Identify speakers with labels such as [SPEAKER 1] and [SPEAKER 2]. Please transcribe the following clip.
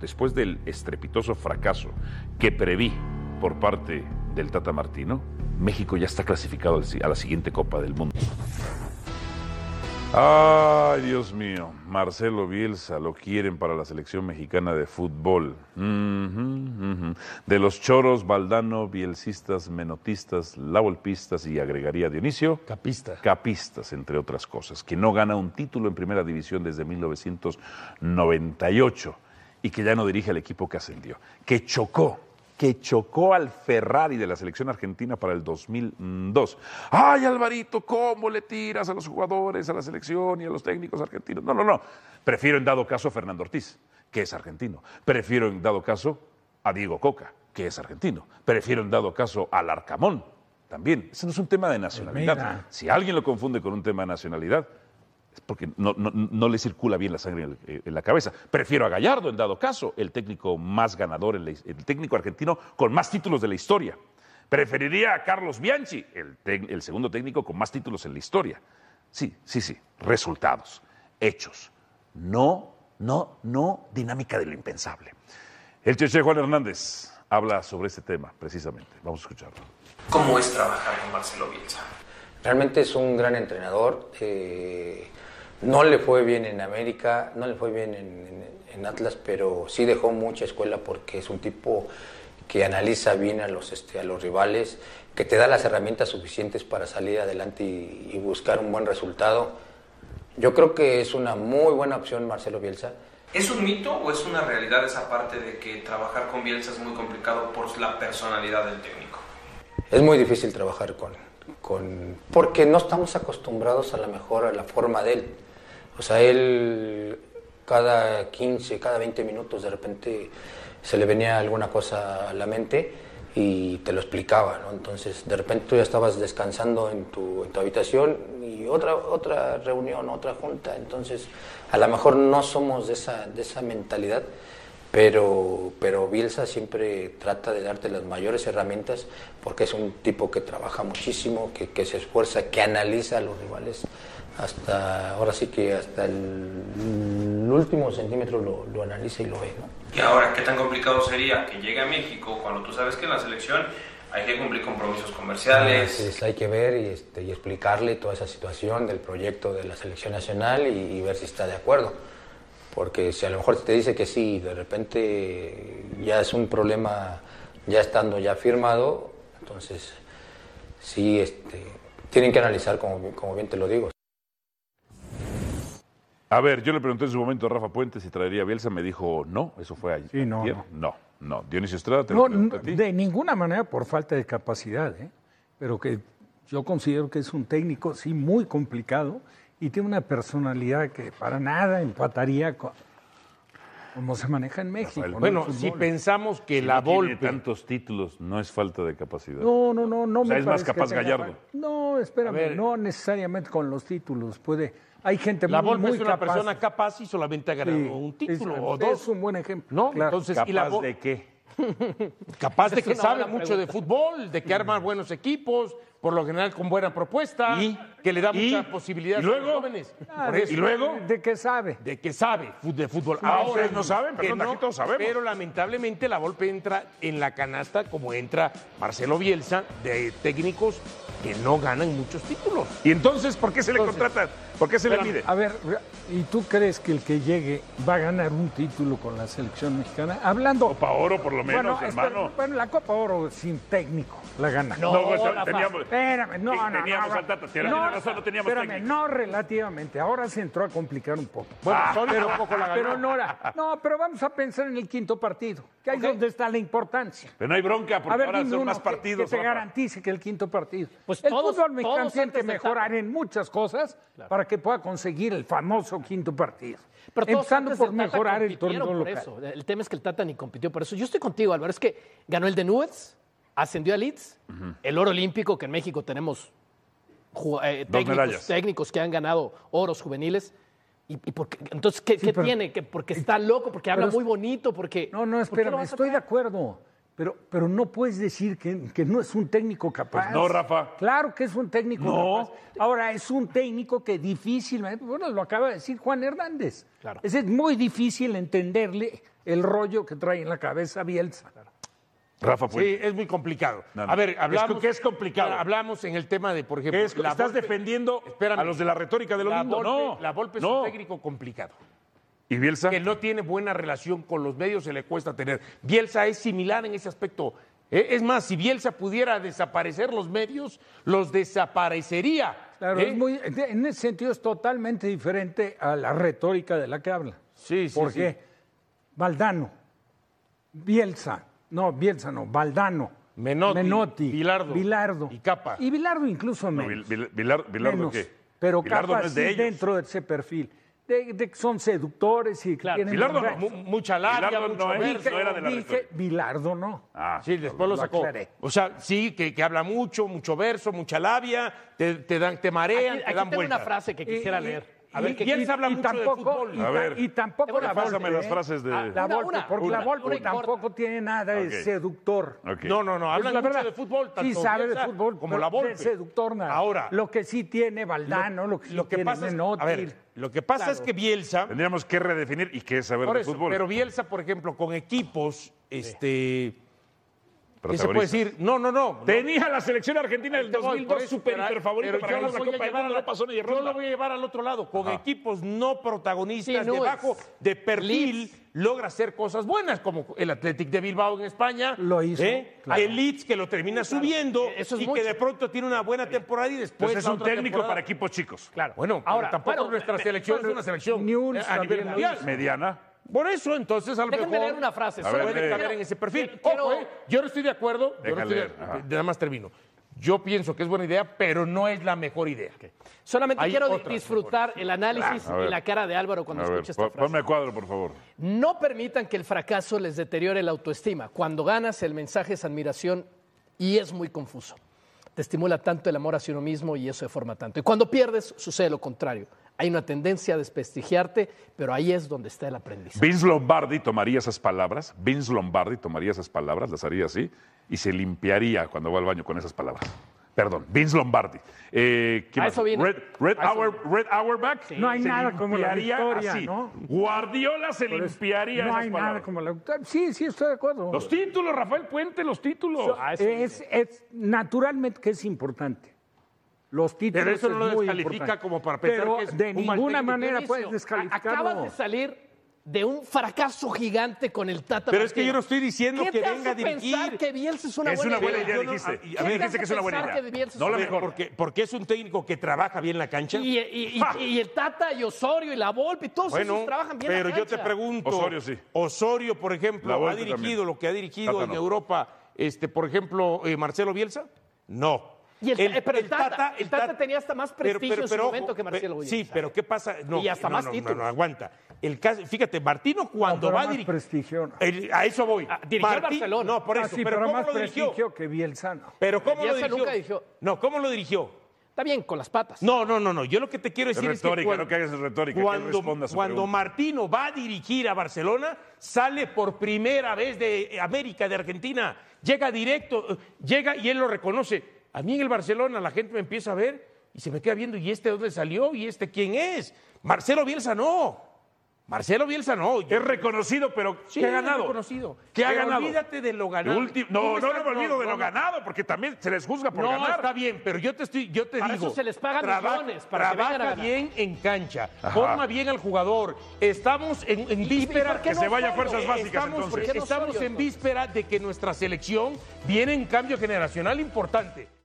[SPEAKER 1] después del estrepitoso fracaso que preví por parte del Tata Martino, México ya está clasificado al si- a la siguiente Copa del Mundo. Ay, Dios mío, Marcelo Bielsa lo quieren para la selección mexicana de fútbol. Ujú, ujú. De los choros, Valdano, Bielcistas, Menotistas, Lavolpistas y agregaría Dionisio.
[SPEAKER 2] Capista.
[SPEAKER 1] Capistas, entre otras cosas, que no gana un título en primera división desde 1998 y que ya no dirige al equipo que ascendió, que chocó, que chocó al Ferrari de la selección argentina para el 2002. ¡Ay, Alvarito, cómo le tiras a los jugadores, a la selección y a los técnicos argentinos! No, no, no. Prefiero en dado caso a Fernando Ortiz, que es argentino. Prefiero en dado caso a Diego Coca, que es argentino. Prefiero en dado caso al Arcamón, también. Ese no es un tema de nacionalidad.
[SPEAKER 2] Almeida.
[SPEAKER 1] Si alguien lo confunde con un tema de nacionalidad, es porque no, no- no le circula bien la sangre en, el- eh, en la cabeza. Prefiero a Gallardo, en dado caso, el técnico más ganador, en la his- el técnico argentino con más títulos de la historia. Preferiría a Carlos Bianchi, el, tec- el segundo técnico con más títulos en la historia. Sí, sí, sí. Resultados, hechos. No, no, no dinámica de lo impensable. El Cheche Juan Hernández habla sobre este tema, precisamente. Vamos a escucharlo.
[SPEAKER 3] ¿Cómo es trabajar con Marcelo Bielsa?
[SPEAKER 4] Realmente es un gran entrenador. eh, no le fue bien en América, no le fue bien en, en- en Atlas, pero sí dejó mucha escuela porque es un tipo que analiza bien a los, este, a los rivales, que te da las herramientas suficientes para salir adelante y- y buscar un buen resultado. Yo creo que es una muy buena opción Marcelo Bielsa.
[SPEAKER 3] ¿Es un mito o es una realidad esa parte de que trabajar con Bielsa es muy complicado por la personalidad del técnico?
[SPEAKER 4] Es muy difícil trabajar con, con... Porque no estamos acostumbrados a la mejor, a la forma de él. O sea, él cada 15, cada 20 minutos de repente se le venía alguna cosa a la mente y te lo explicaba, ¿no? Entonces, de repente tú ya estabas descansando en tu, en tu habitación y otra, otra reunión, otra junta. Entonces, a lo mejor no somos de esa, de esa mentalidad. Pero, pero Bielsa siempre trata de darte las mayores herramientas porque es un tipo que trabaja muchísimo, que, que se esfuerza, que analiza a los rivales. Hasta ahora sí que hasta el, último centímetro lo, lo analiza y lo ve. ¿no?
[SPEAKER 3] Y ahora, ¿qué tan complicado sería que llegue a México cuando tú sabes que en la selección hay que cumplir compromisos comerciales?
[SPEAKER 4] Entonces, hay que ver y, este, y explicarle toda esa situación del proyecto de la selección nacional y, y ver si está de acuerdo. Porque si a lo mejor te dice que sí, y de repente ya es un problema ya estando ya firmado, entonces sí, este, tienen que analizar, como, como bien te lo digo.
[SPEAKER 1] A ver, yo le pregunté en su momento a Rafa Puente si traería a Bielsa, me dijo no, eso fue ayer.
[SPEAKER 2] Sí, no,
[SPEAKER 1] ayer. No, no. Dionisio Estrada, te lo
[SPEAKER 2] No,
[SPEAKER 1] pregunto a ti.
[SPEAKER 2] de ninguna manera por falta de capacidad, ¿eh? pero que yo considero que es un técnico, sí, muy complicado y tiene una personalidad que para nada empataría con como se maneja en México.
[SPEAKER 1] Rafael,
[SPEAKER 2] ¿no?
[SPEAKER 5] Bueno,
[SPEAKER 2] El
[SPEAKER 5] si
[SPEAKER 2] fútbol.
[SPEAKER 5] pensamos que
[SPEAKER 1] Si
[SPEAKER 5] la
[SPEAKER 1] no tiene
[SPEAKER 5] Volpe.
[SPEAKER 1] tantos títulos, no es falta de capacidad.
[SPEAKER 2] No, no, no, no.
[SPEAKER 1] O sea, es más
[SPEAKER 2] parece que
[SPEAKER 1] capaz
[SPEAKER 2] tenga
[SPEAKER 1] Gallardo.
[SPEAKER 2] fal- No, espérame,
[SPEAKER 5] A ver.
[SPEAKER 2] no necesariamente con los títulos. Puede, hay gente
[SPEAKER 5] La
[SPEAKER 2] muy,
[SPEAKER 5] Volpe
[SPEAKER 2] muy
[SPEAKER 5] es una
[SPEAKER 2] capaz.
[SPEAKER 5] persona capaz y solamente ha ganado
[SPEAKER 2] Sí,
[SPEAKER 5] un
[SPEAKER 2] es-
[SPEAKER 5] título o dos.
[SPEAKER 2] Es un buen ejemplo.
[SPEAKER 5] ¿No?
[SPEAKER 2] claro.
[SPEAKER 5] Entonces, y la
[SPEAKER 1] ¿Capaz
[SPEAKER 5] Vol-
[SPEAKER 1] de qué?
[SPEAKER 5] capaz de que sabe mucho de fútbol, de que arma buenos equipos, por lo general con buena propuesta,
[SPEAKER 1] ¿Y?
[SPEAKER 5] que le da
[SPEAKER 1] ¿Y?
[SPEAKER 5] muchas posibilidades
[SPEAKER 1] ¿Y luego?
[SPEAKER 5] a los jóvenes.
[SPEAKER 2] Ah,
[SPEAKER 5] Por
[SPEAKER 2] de-
[SPEAKER 5] eso,
[SPEAKER 1] ¿Y luego?
[SPEAKER 2] ¿De qué sabe?
[SPEAKER 5] De que sabe fu- de fútbol.
[SPEAKER 1] Ah, ustedes no saben,
[SPEAKER 5] que
[SPEAKER 1] perdón, aquí todos sabemos.
[SPEAKER 5] Pero lamentablemente la Volpe entra en la canasta como entra Marcelo Bielsa, de técnicos que no ganan muchos títulos.
[SPEAKER 1] ¿Y entonces por qué se le
[SPEAKER 5] Entonces-
[SPEAKER 1] contrata? ¿Por qué se le
[SPEAKER 5] Espérame.
[SPEAKER 1] mide?
[SPEAKER 2] A ver, ¿y tú crees que el que llegue va a ganar un título con la selección mexicana? Hablando.
[SPEAKER 1] Copa Oro, por lo menos,
[SPEAKER 2] bueno, espera,
[SPEAKER 1] hermano.
[SPEAKER 2] bueno, la Copa Oro sin técnico la gana.
[SPEAKER 1] No, o sea, teníamos-
[SPEAKER 2] Espérame, no,
[SPEAKER 1] Sí,
[SPEAKER 2] no, no.
[SPEAKER 1] teníamos
[SPEAKER 2] no,
[SPEAKER 1] al Tata, tiene razón, no teníamos
[SPEAKER 2] espérame,
[SPEAKER 1] técnico. Ah,
[SPEAKER 2] no relativamente. Ahora se entró a complicar un poco.
[SPEAKER 5] Bueno, Soria tampoco la ganó.
[SPEAKER 2] Pero no, era- no, pero vamos a pensar en el quinto partido, que ahí es donde está la importancia.
[SPEAKER 1] Pero no hay bronca, porque
[SPEAKER 2] a ver,
[SPEAKER 1] ahora
[SPEAKER 2] dime
[SPEAKER 1] son
[SPEAKER 2] uno
[SPEAKER 1] más
[SPEAKER 2] que-
[SPEAKER 1] partidos.
[SPEAKER 2] que, te
[SPEAKER 1] Rafa.
[SPEAKER 2] garantice que el quinto partido.
[SPEAKER 6] Pues
[SPEAKER 2] el
[SPEAKER 6] todos-
[SPEAKER 2] fútbol mexicano
[SPEAKER 6] todos
[SPEAKER 2] tiene que
[SPEAKER 6] antes de
[SPEAKER 2] mejorar en muchas cosas para que pueda conseguir el famoso quinto partido.
[SPEAKER 6] Pero todos
[SPEAKER 2] Empezando
[SPEAKER 6] antes
[SPEAKER 2] por
[SPEAKER 6] del Tata
[SPEAKER 2] mejorar el
[SPEAKER 6] compitieron
[SPEAKER 2] torneo
[SPEAKER 6] por
[SPEAKER 2] local.
[SPEAKER 6] eso. El tema es que el Tata ni compitió por eso. Yo estoy contigo, Álvaro. Es que ganó el de Nubes, ascendió a Leeds, el oro olímpico que en México tenemos ju- eh,
[SPEAKER 1] medallas.
[SPEAKER 6] técnicos, técnicos que han ganado oros juveniles. Y, y por qué- entonces, ¿qué,
[SPEAKER 2] Sí,
[SPEAKER 6] qué
[SPEAKER 2] pero-
[SPEAKER 6] tiene? ¿Que porque está loco, porque habla
[SPEAKER 2] pero es-
[SPEAKER 6] muy bonito, porque...
[SPEAKER 2] No, no,
[SPEAKER 6] ¿por qué lo
[SPEAKER 2] espérame,
[SPEAKER 6] vas a
[SPEAKER 2] estoy de
[SPEAKER 6] sacar?
[SPEAKER 2] acuerdo. Pero, pero no puedes decir que, que no es un técnico capaz.
[SPEAKER 1] Pues no, Rafa.
[SPEAKER 2] Claro que es un técnico
[SPEAKER 1] No.
[SPEAKER 2] capaz. Ahora, es un técnico que difícilmente, bueno, lo acaba de decir Juan Hernández.
[SPEAKER 6] Claro.
[SPEAKER 2] Es, decir, muy difícil entenderle el rollo que trae en la cabeza Bielsa.
[SPEAKER 1] Rafa pues,
[SPEAKER 5] Sí,
[SPEAKER 1] Puente.
[SPEAKER 5] es muy complicado.
[SPEAKER 1] No, no.
[SPEAKER 5] A ver,
[SPEAKER 1] Es
[SPEAKER 5] hablamos.
[SPEAKER 1] que es complicado.
[SPEAKER 5] Hablamos en el tema de, por ejemplo.
[SPEAKER 1] ¿Qué es?
[SPEAKER 5] la
[SPEAKER 1] estás
[SPEAKER 5] Volpe-
[SPEAKER 1] defendiendo
[SPEAKER 5] Espérame.
[SPEAKER 1] a los de la retórica de lo
[SPEAKER 5] la
[SPEAKER 1] lindo.
[SPEAKER 5] Volpe-
[SPEAKER 1] no.
[SPEAKER 5] La Volpe es
[SPEAKER 1] no.
[SPEAKER 5] un técnico complicado.
[SPEAKER 1] ¿Y Bielsa?
[SPEAKER 5] Que no tiene buena relación con los medios, se le cuesta tener. Bielsa es similar en ese aspecto. Eh, Es más, si Bielsa pudiera desaparecer los medios, los desaparecería.
[SPEAKER 2] Claro,
[SPEAKER 5] ¿eh?
[SPEAKER 2] es muy, en ese sentido es totalmente diferente a la retórica de la que habla.
[SPEAKER 5] Sí, sí,
[SPEAKER 2] ¿Por
[SPEAKER 5] sí.
[SPEAKER 2] qué? Valdano, Bielsa, no, Bielsa no, Valdano,
[SPEAKER 5] Menotti,
[SPEAKER 2] Menotti
[SPEAKER 5] Bilardo, y Capa.
[SPEAKER 2] Y Bilardo incluso
[SPEAKER 1] No,
[SPEAKER 2] menos.
[SPEAKER 1] Bil- Bil- Bilar- Bilardo,
[SPEAKER 2] menos,
[SPEAKER 1] ¿qué?
[SPEAKER 2] Pero
[SPEAKER 1] Bilardo
[SPEAKER 2] Capa
[SPEAKER 1] no es
[SPEAKER 2] sí
[SPEAKER 1] de ellos.
[SPEAKER 2] dentro de ese perfil. De, de que son seductores y
[SPEAKER 6] Claro,
[SPEAKER 2] quieren
[SPEAKER 1] Bilardo
[SPEAKER 2] mandar-
[SPEAKER 1] no,
[SPEAKER 5] Mu- Mucha labia,
[SPEAKER 1] Bilardo
[SPEAKER 5] mucho
[SPEAKER 1] no es,
[SPEAKER 5] verso.
[SPEAKER 2] Dije-
[SPEAKER 1] no era de la
[SPEAKER 2] dije,
[SPEAKER 1] retórica.
[SPEAKER 2] Bilardo no.
[SPEAKER 1] Ah,
[SPEAKER 5] Sí, después lo
[SPEAKER 2] Lo
[SPEAKER 5] sacó.
[SPEAKER 2] aclaré.
[SPEAKER 5] O sea, sí, que, que habla mucho, mucho verso, mucha labia, te, te dan, te marean, te
[SPEAKER 6] Aquí, aquí
[SPEAKER 5] dan
[SPEAKER 6] tengo
[SPEAKER 5] vueltas.
[SPEAKER 6] una frase que quisiera leer.
[SPEAKER 5] A ver,
[SPEAKER 2] Eh, y-
[SPEAKER 5] que
[SPEAKER 2] y-
[SPEAKER 5] Bielsa habla
[SPEAKER 2] y
[SPEAKER 5] mucho de fútbol.
[SPEAKER 2] Y,
[SPEAKER 1] A
[SPEAKER 2] ta-
[SPEAKER 1] ver.
[SPEAKER 2] y tampoco
[SPEAKER 6] Tengo
[SPEAKER 2] la
[SPEAKER 6] una-
[SPEAKER 2] Volpe.
[SPEAKER 1] Pásame las
[SPEAKER 2] ¿eh?
[SPEAKER 1] frases de-
[SPEAKER 2] Ah, La
[SPEAKER 6] Una,
[SPEAKER 2] Volpe,
[SPEAKER 6] una,
[SPEAKER 2] porque
[SPEAKER 6] una,
[SPEAKER 2] la Volpe
[SPEAKER 6] una importa.
[SPEAKER 2] tampoco tiene nada de
[SPEAKER 1] Ok.
[SPEAKER 2] seductor.
[SPEAKER 1] Ok.
[SPEAKER 5] No, no, no, hablan
[SPEAKER 2] Es la
[SPEAKER 5] mucho
[SPEAKER 2] verdad.
[SPEAKER 5] de fútbol.
[SPEAKER 2] Sí,
[SPEAKER 5] tanto
[SPEAKER 2] sabe de
[SPEAKER 5] Bielsa
[SPEAKER 2] fútbol.
[SPEAKER 5] Como
[SPEAKER 2] pero
[SPEAKER 5] la
[SPEAKER 2] de
[SPEAKER 5] Volpe.
[SPEAKER 2] seductor nada.
[SPEAKER 5] Ahora,
[SPEAKER 2] Lo que sí tiene Valdano, lo, que sí
[SPEAKER 5] lo que
[SPEAKER 2] tiene
[SPEAKER 5] pasa es,
[SPEAKER 2] Menotti.
[SPEAKER 5] a ver, lo que pasa es que Bielsa,
[SPEAKER 1] Tendríamos que redefinir y qué es saber
[SPEAKER 5] por
[SPEAKER 1] de
[SPEAKER 5] eso,
[SPEAKER 1] fútbol.
[SPEAKER 5] pero Bielsa, por ejemplo, con equipos, este, ¿qué se puede
[SPEAKER 1] Protagonista.
[SPEAKER 5] decir? No, no, no. no.
[SPEAKER 1] Tenía la selección argentina del
[SPEAKER 5] Te voy,
[SPEAKER 1] 2002
[SPEAKER 5] por eso,
[SPEAKER 1] super
[SPEAKER 5] pero-
[SPEAKER 1] hiper favorito
[SPEAKER 5] pero
[SPEAKER 1] para
[SPEAKER 5] yo
[SPEAKER 1] ganar
[SPEAKER 5] lo
[SPEAKER 1] la
[SPEAKER 5] voy a
[SPEAKER 1] Copa del
[SPEAKER 5] llevar
[SPEAKER 1] Mundo,
[SPEAKER 5] a la-
[SPEAKER 1] no pasó ni de
[SPEAKER 5] Yo
[SPEAKER 1] ronda.
[SPEAKER 5] lo voy a llevar al otro lado, con
[SPEAKER 1] Ajá.
[SPEAKER 5] equipos no protagonistas,
[SPEAKER 6] Sí, no es.
[SPEAKER 5] debajo de perfil,
[SPEAKER 6] Leeds.
[SPEAKER 5] logra hacer cosas buenas, como el Athletic de Bilbao en España.
[SPEAKER 2] Lo hizo,
[SPEAKER 5] ¿eh?
[SPEAKER 2] claro.
[SPEAKER 5] El Leeds que lo termina subiendo
[SPEAKER 6] Eso es
[SPEAKER 5] y
[SPEAKER 6] mucho.
[SPEAKER 5] que de pronto tiene una buena temporada y después
[SPEAKER 1] Entonces es
[SPEAKER 5] la
[SPEAKER 1] un
[SPEAKER 5] otra
[SPEAKER 1] técnico
[SPEAKER 5] temporada-
[SPEAKER 1] para equipos chicos.
[SPEAKER 5] Claro. Bueno, eh,
[SPEAKER 6] Ahora,
[SPEAKER 5] ahora tampoco
[SPEAKER 6] bueno,
[SPEAKER 5] nuestra
[SPEAKER 6] me-
[SPEAKER 5] selección
[SPEAKER 2] bueno,
[SPEAKER 5] es una selección
[SPEAKER 2] Newell's
[SPEAKER 5] eh, a nivel
[SPEAKER 2] también lo
[SPEAKER 5] mundial.
[SPEAKER 1] Mediana.
[SPEAKER 5] Por eso, entonces, a lo
[SPEAKER 6] Déjenme
[SPEAKER 5] mejor
[SPEAKER 6] leer una frase,
[SPEAKER 1] A ver,
[SPEAKER 5] puede
[SPEAKER 1] lee.
[SPEAKER 5] caber en ese perfil.
[SPEAKER 6] Quiero-
[SPEAKER 5] Ojo, ¿eh? Yo no estoy de acuerdo. yo no
[SPEAKER 1] Déjale
[SPEAKER 5] estoy de-
[SPEAKER 1] leer, ajá.
[SPEAKER 5] nada más termino. Yo pienso que es buena idea, pero no es la mejor idea.
[SPEAKER 6] Solamente
[SPEAKER 5] Hay
[SPEAKER 6] quiero di-
[SPEAKER 5] otras
[SPEAKER 6] disfrutar el análisis
[SPEAKER 1] Claro. A ver.
[SPEAKER 6] y la cara de Álvaro cuando
[SPEAKER 1] A ver,
[SPEAKER 6] escuche esta
[SPEAKER 1] pon-
[SPEAKER 6] frase.
[SPEAKER 1] ponme a cuadro, por favor.
[SPEAKER 6] No permitan que el fracaso les deteriore la autoestima. Cuando ganas, el mensaje es admiración y es muy confuso. Te estimula tanto el amor hacia uno mismo y eso deforma tanto. Y cuando pierdes, sucede lo contrario. Hay una tendencia a desprestigiarte, pero ahí es donde está el aprendizaje.
[SPEAKER 1] Vince Lombardi tomaría esas palabras, Vince Lombardi tomaría esas palabras, las haría así, y se limpiaría cuando va al baño con esas palabras. Perdón, Vince Lombardi. Eh, ¿qué
[SPEAKER 6] A
[SPEAKER 1] más?
[SPEAKER 6] eso vine.
[SPEAKER 1] Red, Red,
[SPEAKER 6] A eso
[SPEAKER 1] Auer- Red Auerbach
[SPEAKER 2] No hay
[SPEAKER 1] se
[SPEAKER 2] nada como la
[SPEAKER 1] limpiaría
[SPEAKER 2] victoria,
[SPEAKER 1] así.
[SPEAKER 2] ¿no?
[SPEAKER 1] Guardiola se
[SPEAKER 2] Por eso,
[SPEAKER 1] limpiaría
[SPEAKER 2] No
[SPEAKER 1] esas
[SPEAKER 2] hay nada
[SPEAKER 1] palabras.
[SPEAKER 2] como la. Sí, sí, estoy de acuerdo. Ah,
[SPEAKER 1] Los títulos, Rafael Puente, los títulos.
[SPEAKER 6] ah,
[SPEAKER 2] es, es naturalmente que es importante. Los títulos
[SPEAKER 5] Pero eso no
[SPEAKER 2] es
[SPEAKER 5] lo
[SPEAKER 2] muy
[SPEAKER 5] descalifica
[SPEAKER 2] importante.
[SPEAKER 5] como para pensar
[SPEAKER 2] Pero
[SPEAKER 5] que es
[SPEAKER 2] de
[SPEAKER 5] un mal
[SPEAKER 2] ninguna
[SPEAKER 5] técnico.
[SPEAKER 2] manera
[SPEAKER 6] Dionisio,
[SPEAKER 2] puedes
[SPEAKER 6] a-
[SPEAKER 2] descalificarlo.
[SPEAKER 6] Acabas de salir de un fracaso gigante con el Tata
[SPEAKER 5] Pero es que
[SPEAKER 6] Martino.
[SPEAKER 5] yo no estoy diciendo
[SPEAKER 6] ¿Qué
[SPEAKER 5] que
[SPEAKER 6] te hace
[SPEAKER 5] venga a dirigir?
[SPEAKER 6] pensar que Bielsa es una
[SPEAKER 1] es
[SPEAKER 6] buena
[SPEAKER 1] una buena idea,
[SPEAKER 5] idea. Yo no-
[SPEAKER 1] dijiste. A
[SPEAKER 5] y-
[SPEAKER 1] mí
[SPEAKER 5] ¿Quién
[SPEAKER 1] dijiste
[SPEAKER 6] hace
[SPEAKER 1] que es una buena
[SPEAKER 6] pensar
[SPEAKER 1] idea.
[SPEAKER 6] que Bielsa es
[SPEAKER 1] no
[SPEAKER 6] una
[SPEAKER 1] la
[SPEAKER 5] Pero
[SPEAKER 1] mejor.
[SPEAKER 5] Porque, porque es un técnico que trabaja bien la cancha.
[SPEAKER 6] Y, y- y-
[SPEAKER 1] ¡Ja!
[SPEAKER 6] y el Tata y Osorio y la Volpe y todos esos
[SPEAKER 5] Ah. bueno,
[SPEAKER 6] trabajan bien. la
[SPEAKER 5] pero yo te
[SPEAKER 6] cancha.
[SPEAKER 5] pregunto,
[SPEAKER 1] Osorio sí.
[SPEAKER 5] Osorio, por ejemplo,
[SPEAKER 1] La
[SPEAKER 5] ha
[SPEAKER 1] Volpe
[SPEAKER 5] dirigido
[SPEAKER 1] también.
[SPEAKER 5] lo que ha dirigido
[SPEAKER 1] Tata
[SPEAKER 5] en
[SPEAKER 1] no.
[SPEAKER 5] Europa, este, por ejemplo, eh, Marcelo Bielsa? No.
[SPEAKER 6] Y el- eh, pero el Tata- el Tata tenía hasta más prestigio en su
[SPEAKER 5] ojo,
[SPEAKER 6] momento que Marcelo
[SPEAKER 5] pe- Sí,
[SPEAKER 6] Bielsa.
[SPEAKER 5] pero ¿qué pasa? No,
[SPEAKER 6] Y hasta
[SPEAKER 5] no,
[SPEAKER 6] más
[SPEAKER 5] no, no,
[SPEAKER 6] títulos.
[SPEAKER 5] No, aguanta. El caso, fíjate, Martino cuando
[SPEAKER 2] pero
[SPEAKER 5] va a
[SPEAKER 2] más
[SPEAKER 5] dirigir.
[SPEAKER 2] prestigio, no.
[SPEAKER 5] El- a eso voy.
[SPEAKER 6] Ah, dirigió al Barcelona.
[SPEAKER 5] No, por
[SPEAKER 2] Ah,
[SPEAKER 5] eso.
[SPEAKER 2] sí,
[SPEAKER 5] pero,
[SPEAKER 2] pero,
[SPEAKER 5] ¿cómo
[SPEAKER 2] más
[SPEAKER 5] lo dirigió?
[SPEAKER 2] prestigio que Bielsa. no.
[SPEAKER 5] Pero ¿cómo lo
[SPEAKER 6] Bielsa
[SPEAKER 5] dirigió?
[SPEAKER 6] nunca dirigió.
[SPEAKER 5] No, ¿cómo lo dirigió?
[SPEAKER 6] Está bien, con las patas.
[SPEAKER 5] No, no, no, no. Yo lo que te quiero decir es,
[SPEAKER 1] retórica,
[SPEAKER 5] que cuando,
[SPEAKER 1] no que hagas retórica, que él
[SPEAKER 5] cuando,
[SPEAKER 1] responda a su
[SPEAKER 5] cuando
[SPEAKER 1] pregunta.
[SPEAKER 5] Martino va a dirigir a Barcelona, sale por primera vez de América, de Argentina, llega directo, eh, llega y él lo reconoce. A mí en el Barcelona la gente me empieza a ver y se me queda viendo, ¿y este dónde salió? ¿Y este quién es? Marcelo Bielsa no. Marcelo Bielsa no. Yo-
[SPEAKER 1] Es reconocido, pero
[SPEAKER 5] Sí,
[SPEAKER 1] ¿qué ha
[SPEAKER 5] es
[SPEAKER 1] ganado?
[SPEAKER 5] reconocido.
[SPEAKER 1] ¿Qué ha
[SPEAKER 5] Pero
[SPEAKER 1] ganado?
[SPEAKER 5] olvídate de lo ganado.
[SPEAKER 1] Ulti-
[SPEAKER 5] Tú
[SPEAKER 1] No,
[SPEAKER 5] me
[SPEAKER 1] no,
[SPEAKER 5] estás-
[SPEAKER 1] no me olvido
[SPEAKER 5] no,
[SPEAKER 1] de lo
[SPEAKER 5] no, no.
[SPEAKER 1] ganado, porque también se les juzga por
[SPEAKER 5] no,
[SPEAKER 1] ganar.
[SPEAKER 5] está bien, pero yo te estoy, yo te
[SPEAKER 6] Para
[SPEAKER 5] digo.
[SPEAKER 6] eso se les paga
[SPEAKER 5] traba-
[SPEAKER 6] millones, para que
[SPEAKER 5] trabaja
[SPEAKER 6] vengan a ganar.
[SPEAKER 5] bien en cancha, forma bien al jugador. Estamos en, en
[SPEAKER 6] y
[SPEAKER 5] víspera
[SPEAKER 6] por qué
[SPEAKER 1] Que no se vaya a Osorio? fuerzas básicas,
[SPEAKER 5] Estamos,
[SPEAKER 1] entonces.
[SPEAKER 6] ¿Por qué no
[SPEAKER 5] estamos en
[SPEAKER 6] Osorio, entonces?
[SPEAKER 5] víspera de que nuestra selección viene en cambio generacional importante.